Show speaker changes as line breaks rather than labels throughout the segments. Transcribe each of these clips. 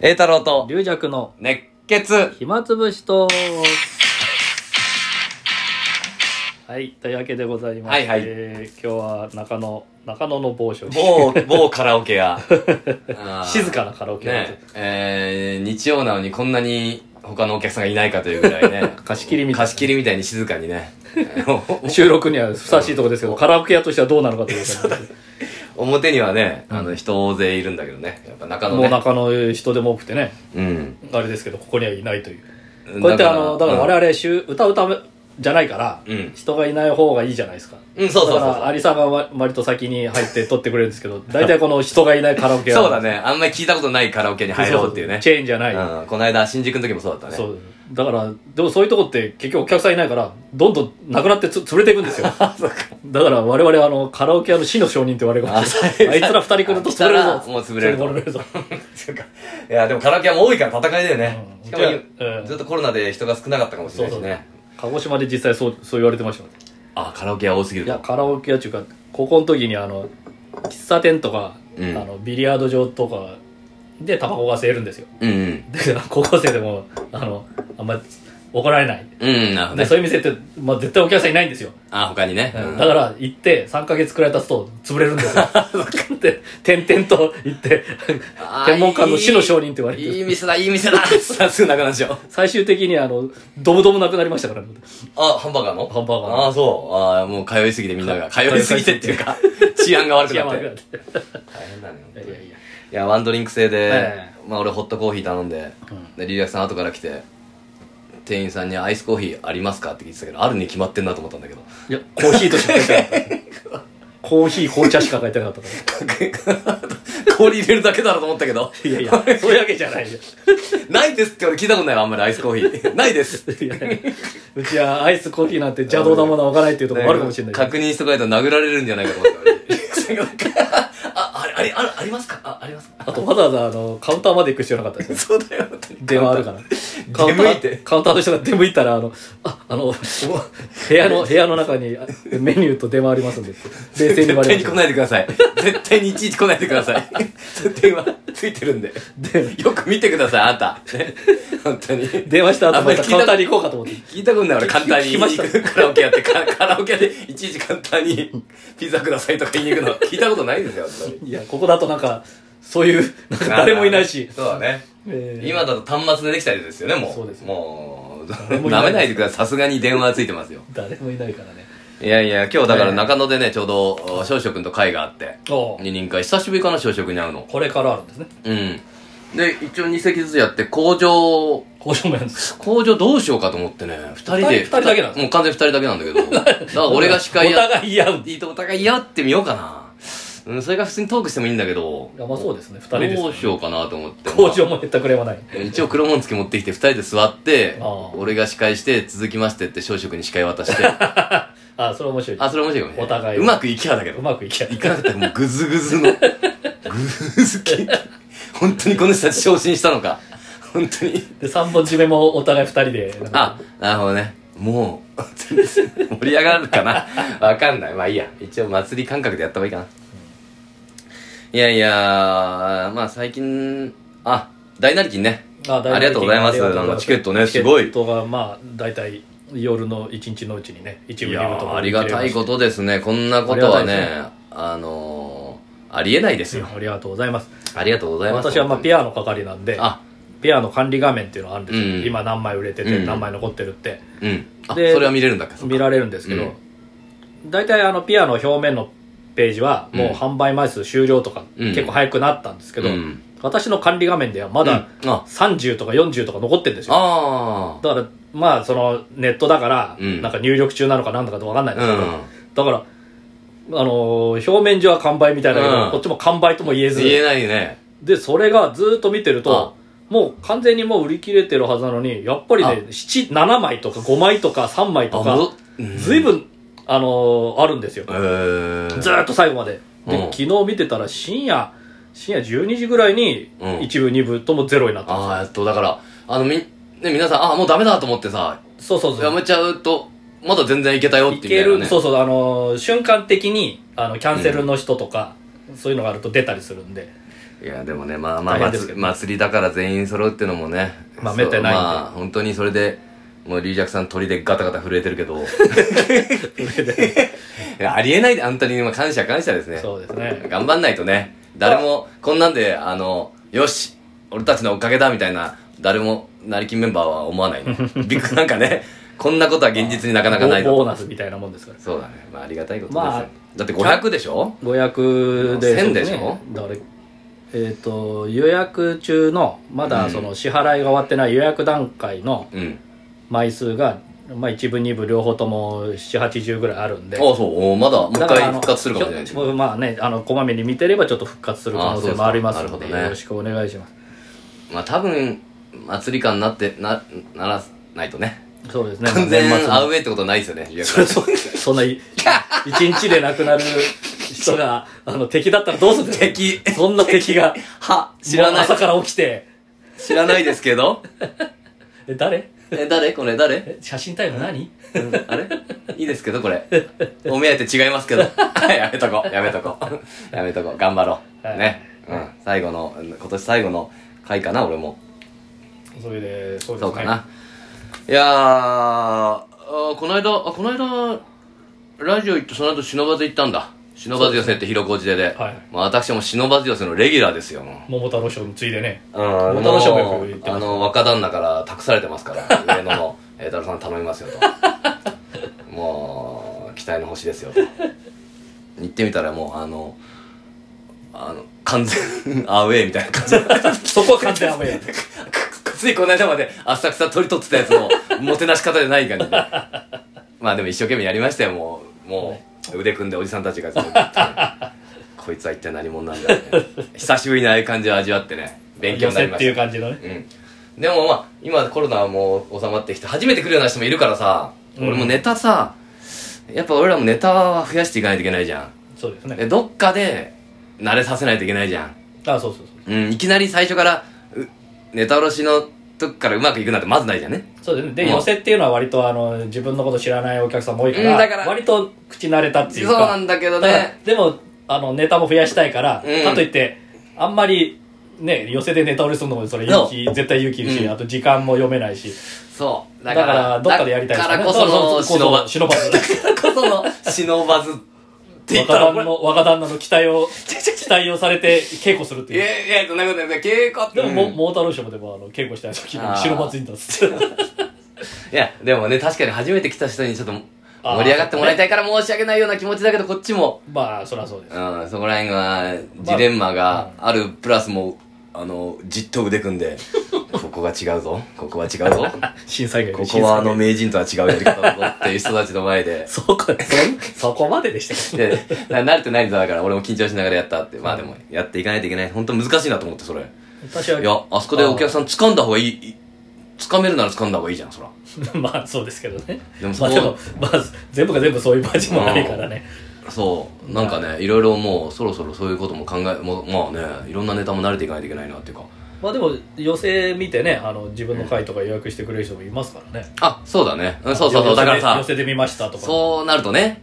栄太郎と
龍尺の
熱血
暇つぶしと。はい、というわけでございまして、
はいはい
えー今日は中野、中野の某所に
某某カラオケ 屋あー
静かなカラオケなんで
ねえー日曜なのにこんなに他のお客さんがいないかというぐらいね
貸し切りみたいな
貸し切りみたいに静かにね
収録にはふさわしいところですけど、カラオケ屋としてはどうなのかという感じ
表にはねあの人大勢いるんだけどねやっぱ中野
もう
ね
中野人でも多くてね、
うん
あれですけど、ここにはいないという。こうやってあの、だから我々週、歌うためじゃないから、
うん
人がいない方がいいじゃないですか。
うんそうそうそうそう
だから、有さんがわ割と先に入って撮ってくれるんですけど、大体この人がいないカラオケ屋
そうだねあんまり聞いたことないカラオケに入ろうっていうね
チェーンじゃない。
うん、この間新宿の時もそうだったね
そうだからでもそういうとこって結局お客さんいないからどんどんなくなってつ潰れていくんで すよだから我々はあのカラオケ屋の死の証人って言われるかもしれないあいつら二人来ると潰れるぞ
あ来たらもう潰れるぞ
潰れるぞ
いやでもカラオケはもう多いから戦いだよね、
う ん
しかも、
じゃあうん
ずっとコロナで人が少なかったかもしれ
そ
な
う
いし
そう
ね
鹿児島で実際そうそう言われてましたもん
あカラオケは多すぎる
いや
か
カラオケ屋っていうか高校の時にあの喫茶店とか、
うん
あのビリヤード場とかでタバコが吸えるんですよ
うんうん
だから高校生でもあのあんま怒られない
うんなるほど
で
ね
そういう店って、まあ、絶対お客さんいないんですよ
あ他にね、うん
だから行って3ヶ月くらい経つと潰れるんですよ。 で、点々と行って、天文館の死の証人って言われ
いい
て、
店だいい店だってさすぐなくなるでしょ
最終的にあの、ドブドブなくなりましたからね。
あハンバーガーの
ハンバーガーの
ああそうああもう通いすぎてみんなが通いすぎてっていうか治安が悪く
治安
なっ
悪くなってて。
大変だね本当
い
に
やいや。
いやワンドリンク制で、
え
まあ、俺ホットコーヒー頼んで、
うん
で龍薬さん後から来て店員さんに「アイスコーヒーありますか?」って聞いてたけどあるに決まってんなと思ったんだけ ど
いや、コーヒーとしか書いてなかった。コーヒー、紅茶しか書いてなかったか
氷入れるだけだろうと思ったけど
ら。いやいや、そういうわけじゃないよ。
「 ないです」って俺聞いたことないわあんまりアイスコーヒー ないです
いやいやうちはアイスコーヒーなんて邪道なものは置かないっていうところもあるかもしれないけど。
確認しとかないと殴られるんじゃないかと思って 俺ああれあれあれありますかあありますか
あとわざわざあの、カウンターまで行く必要なかったですよ。
そうだよ本当に
電話あ るから。
カウンター出向いて
カウンターの人が出向いたら、あの、あ、あの、部屋の、部屋の中にあメニューと電話ありますんでって、冷静に言わ
絶
れ
対に
まし
来
た。
ないでください絶対にいちいち来ないでください電話ついてるんで
で、
よく見てくださいあん たね本当に
電話した
あ
後
んま
ま
り
た
聞いた
カウンターに行こうかと思って。
聞いたことない俺簡単に
聞きました
カラオケやってカカラオケでいちいち簡単にピザくださいとか言いに行くの聞いたことないですよ本当に
いや、ここだとなんか、そういう、なんか誰もいないし。
そうだね
えー
今だと端末でできたりですよねもう
そうですよ
もう
誰もいない
舐めないでくださいさすがに電話ついてますよ
誰もいないからね。
いやいや今日だから中野でねちょうどお少々君と会があって
おう
二人会久しぶりかな少々君に会うの
これからあるんですね。
うんで一応2席ずつやって工場
交渉もやるんです。
工場どうしようかと思ってね2人で
二人二人だけなんですか
もう完全に2人だけなんだけど だから俺が司会
お
やっ
互い嫌う。
いいとお互いやってみようかな、うん、それが普通にトークしてもいいんだけど
いや、まあそうですね。二人です
どうしようかなと思って
交渉もへったくれはない。
まあ 一応黒紋付き持ってきて2人で座って
ああ
俺が司会して続きましてって少々君に司会渡して
あ、それ面白い。
あそれ面白いかもしれない
お互いう
まくいきゃだけ
う
ど
まくいきゃない
い。かなかったらもうグズグズ のグズき本当にこの人たち昇進したのか本当に
で、三本締めもお互い二人で。なんか
あなるほどねもう 盛り上がるかなわかんないまあいいや一応祭り感覚でやった方がいいかな、いやいやまあ最近あ大成金ね
あ
ありがとうございますなんかチケットねすごい
チケットがまあ大体夜の一日のうちにね一
い
部
や
二部と
ー
か
ありがたい
と
ことですねこんなことは
ありが
ね
たいで
あのー、ありえないですよ、
ありがとうございます
ありがとうございます
私はまあ
ア
ペアの係なんで
あ
ペアの管理画面っていうのがあるんですよ、
うん
今何枚売れて
う
て
ん
何枚残ってるって
うんあそ
で
れは見れるんだっけそっか
見られるんですけど、大体あのピアの表面のページはもう販売枚数終了とか
うん
結構早くなったんですけど、
うん
私の管理画面ではまだ
うんあ
30とか40とか残ってるんですよ、
あ
だからまあそのネットだから
うん
なんか入力中なのかなんだか分かんないん
あ
ですけど、
うん
だから、あのー表面上は完売みたいだけど、
うん
こっちも完売とも言えず、
言えないね
で、それがずーっと見てると、もう完全にもう売り切れてるはずなのに、やっぱりね、7、7枚とか5枚とか3枚と
あ
か、
うん
ずいぶん、あのーあるんですよ
え。ー
ずーっと最後まで。で、
うん
昨日見てたら深夜、深夜12時ぐらいに
うん、
一部、二部ともゼロになったん
ああ、やっと、だから、あの、み、ね、皆さん、ああ、もうダメだと思ってさ、
ですよ。そうそうそ
や
う。
めちゃうと、まだ全然いけたよっ
い
て
け
いう
る、
ね。
そうそう、あのー瞬間的に、あの、キャンセルの人とか、そういうのがあると出たりするんで。
いやでもねまあまあ
大変ですけ
祭
ど
祭りだから全員揃うってのもね
まあめったにないん
そ
で
うまあ本当にそれでもうリージャクさん鳥でガタガタ震えてるけど いやありえないあんたに今感謝感謝ですね
そうですね
頑張んないとね誰もこんなんであのよし俺たちのおかげだみたいな誰も成金メンバーは思わない ねビッグなんかねこんなことは現実になかなかない
ボボ
と
ーナスみたいなもんですから
そうだねまあありがたいことですよ、
まあ
だって500でしょ
5約で
1000でしょ
そうすねだからえっ、と予約中のまだその支払いが終わってない予約段階の
うん
枚数が、まあ、1部2部両方とも780ぐらいあるんで
ああそうおまだもう一
だからあ
回
の
復活するかもしれないし
ちょまあねあのこまめに見てればちょっと復活する可能性もあります
あそ
の
うで
で
すかなるほどね
よろしくお願いします
まあ多分祭り感になってなならないとね
そうですね
完全
まあ年末
アウェイってことないですよねリアク
それそそんな一日で亡くなる人があの敵だったらどうするんですか
敵
そんな敵が
は知ら
もう
ない
朝から起きて
知らないですけど
え誰
え誰これ誰
え写真タイム何
うんあれいいですけどこれお目当て違いますけどやめとこやめとこやめとこ頑張ろう、
はい
ね、うん、最後の今年最後の回かな俺も
それでそうですね
そうかな。いやー、あーこの間、あ、この間、ラジオ行って、その後、忍ばず行ったんだ。忍ばず寄せって広小路でで。
はい
まあ、私はもう忍ばず寄せのレギュラーですよ、もう。
桃太郎賞についでね
うん
もう楽しみよく言って
あ
ます
の、若旦那から託されてますから、上野の、 えー、太郎さん頼みますよ と。もう、期待の星ですよと。行ってみたらもう、あの、あの、完全アウェイみたいな感じ。
そこは完全アウェイ
ついこの間まで浅草取り取ってたやつの もてなし方じゃない感じでまあでも一生懸命やりましたよもうもう腕組んでおじさんたちがずっとこいつは一体何者なんだろうね久しぶりにああいう感じを味わってね勉強になり
寄せ
ま
ってい
し
う
た
感じのね
うん、でもまあ今コロナはもう収まってきて初めて来るような人もいるからさ、
うん
俺もネタさやっぱ俺らもネタは増やしていかないといけないじゃん
そうです
で
ね
どっかで慣れさせないといけないじゃん
あそうそうそう
うん、いきなり最初からうネタ卸しの時からうまくいくなんてまずないじゃんね
そうですね
うん
で寄せっていうのは割とあの自分のこと知らないお客さんも多いか
うん
ら
だから
割と口慣れたっていう
そ
か
うなんだけど
だから
ね
でもあのネタも増やしたいから、
うん
かといってあんまりね寄せでネタ売りするのもそれ勇気絶対勇気いるし、
うん
あと時間も読めないし
そう
だからどっかでやりたい
だ
です
か
よ
ら
ね
こその忍ばず
忍ばず
だからこその忍ばずって言っ
若
たらこ
旦那
れ
の若旦那の期 待を期待をされて稽古するって
い
いう
やいやそんなことない稽古って
でも、も
うん
モータローショーでもあの稽古した時
あー
に白松いんだっつ って
いやでもね確かに初めて来た人にちょっと
あー
盛り上がってもらいたいから申し訳ないような気持ちだけどこっちも、
まあそりゃそ うです
うん、そこら辺はジレンマがあるプラスもあのじっと腕組んでここが違うぞここは違うぞ
審査員がい
こ
る
こはあの名人とは違うやり方だぞっていう人たちの前 で。
審査員がいるそうかそそこまででしたか
で、な慣れてないんだだから俺も緊張しながらやったって。まあでも、やっていかないといけない。本当難しいなと思って、それ。い
私は
や、あそこでお客さん掴んだ方がいいい。掴めるなら掴んだ方がいいじゃん、そら。
まあそうですけどね
でもそ
ま
こ
あでも、まあ、全部が全部そういうバージョンもないからね、
そう。なんかね、いろいろもう、そろそろそういうことも考え、もうまあね、いろんなネタも慣れていかないといけないなっていうか。
まあでも寄せ見てねあの自分の回とか予約してくれる人もいますからね、
あ、そうだね。うんそうそうそ
寄
う。
せ
だ
で
からさ
寄、せで見ましたとか
そうなるとね、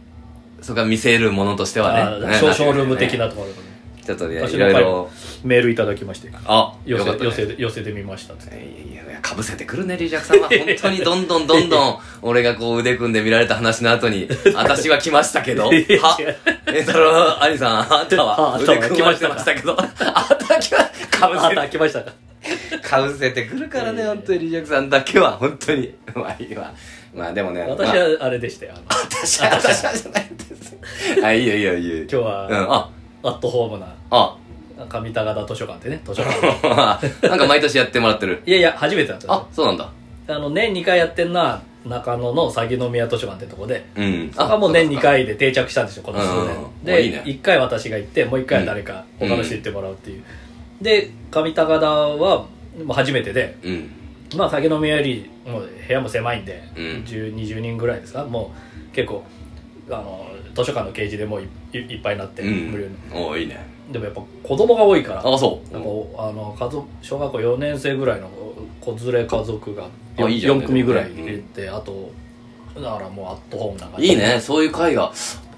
そこが見せるものとしては
あ
ね。
ー
ね
ショーショールーム的。
なって
なところ、ね、
くるねちょっとね、
私
い
の
ろい
回
ろ
も。メールいただきまして
あ、
寄
よ
せ,、
かったね
寄せで寄せで見ましたって
いやいや、かぶせてくるね、リージャクさんは。本当にどんどんどんどん、俺がこう腕組んで見られた話の後に、私は来ましたけど、は
違う
え、太郎、兄さん、あんたは
ああんた
腕
は
組まれてましたけど、あんたは来ま
あ
かぶ
来ましたか
せて、かぶせてくるからね、本当にリージャクさんだけは、本当に。まあいいわ。まあでもね、
私
まあ、
はあれでしたよあの今
私は、私はじゃないんです。あ、いいよいいよいいよ。
日は、
うん、あ、
アットホームな
あ、
上高田図書館でね図書館で
なんか毎年やってもらってる。
いやいや初めてだったん
あ
で、
そうなんだ。
すよあの年2回やってんのは中野の鷺宮図書館ってとこで
うん。
あもう
ね
年2回で定着したんですよこの数
うんうん
年で
いいね
1回私が行ってもう1回は誰か
うん
他の人行ってもらうっていう、で上高田はもう初めてで
うん。
まあ酒飲みよりもう部屋も狭いんで、
うん
10 20人ぐらいですかもう結構あの図書館のケージでもういいいっぱいになって、
うん
無料に。
おいいね。
でもやっぱ子供が多いから
あ、そう。
なんかあの家族小学校4年生ぐらいの子連れ家族が
あいいじゃん
4, 組ぐらい入れて、あとだからもうアットホームな感じ
いいね、そういう会が、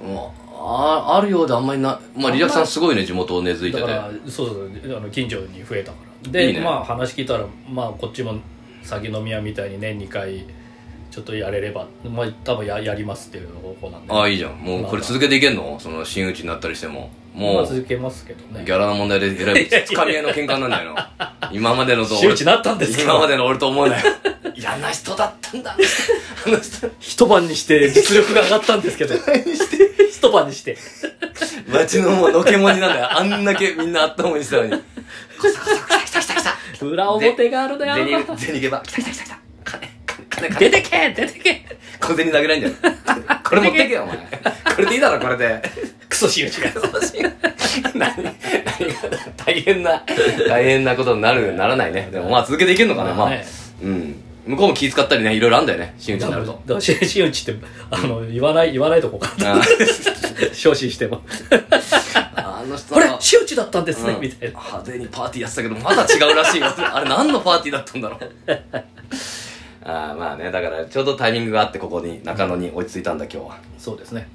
もう、ああるようであんまりなまあリラクさんすごいね地元を根付いて
だ
て
からそうそうあの近所に増えたからで
いいね
まあ話聞いたらまあこっちも酒飲み屋みたいに年2回ちょっとやれれば、まあ、多分ややりますっていう方向なんで
ああいいじゃんもう
まあ
これ続けていけんのその真打ちになったりしても
ま
も
あ
う
続けますけどね
ギャラの問題で選 ぶつかみ合いの喧嘩なんだよな今までのと
周知なったんですけど
今までの俺と思うなよ嫌な人だったんだあの人
一晩にして実力が上がったんです けど一晩にして
街のもうのけもになんだよあんだけみんなあったもんにしてたのにこそこそ来た来た来た来た
裏表があるだ
銭
よ
銭逃げ場来た来た来た来た金金金金
出てけ出てけ
小銭投げないんだよこれ持ってけよお前これでいいだろこれで
クソ周知が
何何が大変な 大変なことになるならないねでもまあ続けていけるのかなま
まあ
あ
ね
うん向こうも気遣ったりねいろいろあんだよね真打ち
だ
に
か
なる
らだ
と
からし真打ちってあの言わない言わないとこか
あ
な昇進しても
あの人
こ
は
れ真打ちだったんですね、
うん
みたいな
派手にパーティーやってたけどまだ違うら しいよあれ何のパーティーだったん だろうああまあねだからちょうどタイミングがあってここに中野に落ち着いたんだ今日は
そうですね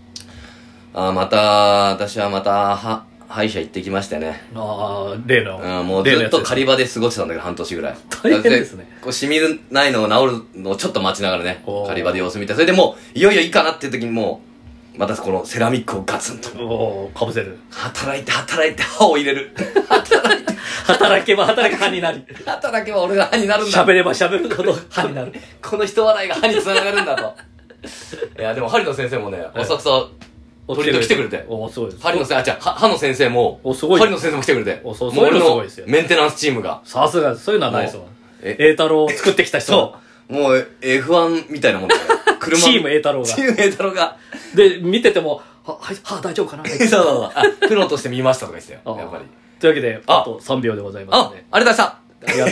ああまた私はまたは歯医者行ってきましてね
ああ例の
うん、もう
例の
ずっ
やつで
と
す
狩り場で過ごしてたんだけど、半年ぐらい。
大変ですね
だってこう、染みるないのを治るのをちょっと待ちながらね
お、ー
狩り場で様子見て、それでもう、いよいよいいかなっていう時にもう、またこのセラミックをガツンと。
おーかぶせる
働いて働いて歯を入れる。
働けば働く歯になり
働けば俺が歯になるんだ。
喋れば喋るほど歯になる
この人笑いが歯につながるんだ と。いや、でも、針の先生もね、
い
浅草、鳥と来てくれて。
おそうです
針の先生、あ、違う、歯歯の先生も、
おすごい
針の先生も来てくれて。
おそう
も
そういうのすごい
俺
ですよ
メンテナンスチームが。
さすがそういうのはないですもん
もうえ
栄太郎を作ってきた人
そ。
そう
もう F1 みたいなもんだよ。 車。
チーム栄太郎が
チーム A 太郎が。
うで見ててもははいは大丈夫かな
そう そうそうあプロとして見ましたとか言ってたよ。やっぱり。
というわけで
あ
あと3秒でございます
あ
ね、
ありがとうございました。
ありがとう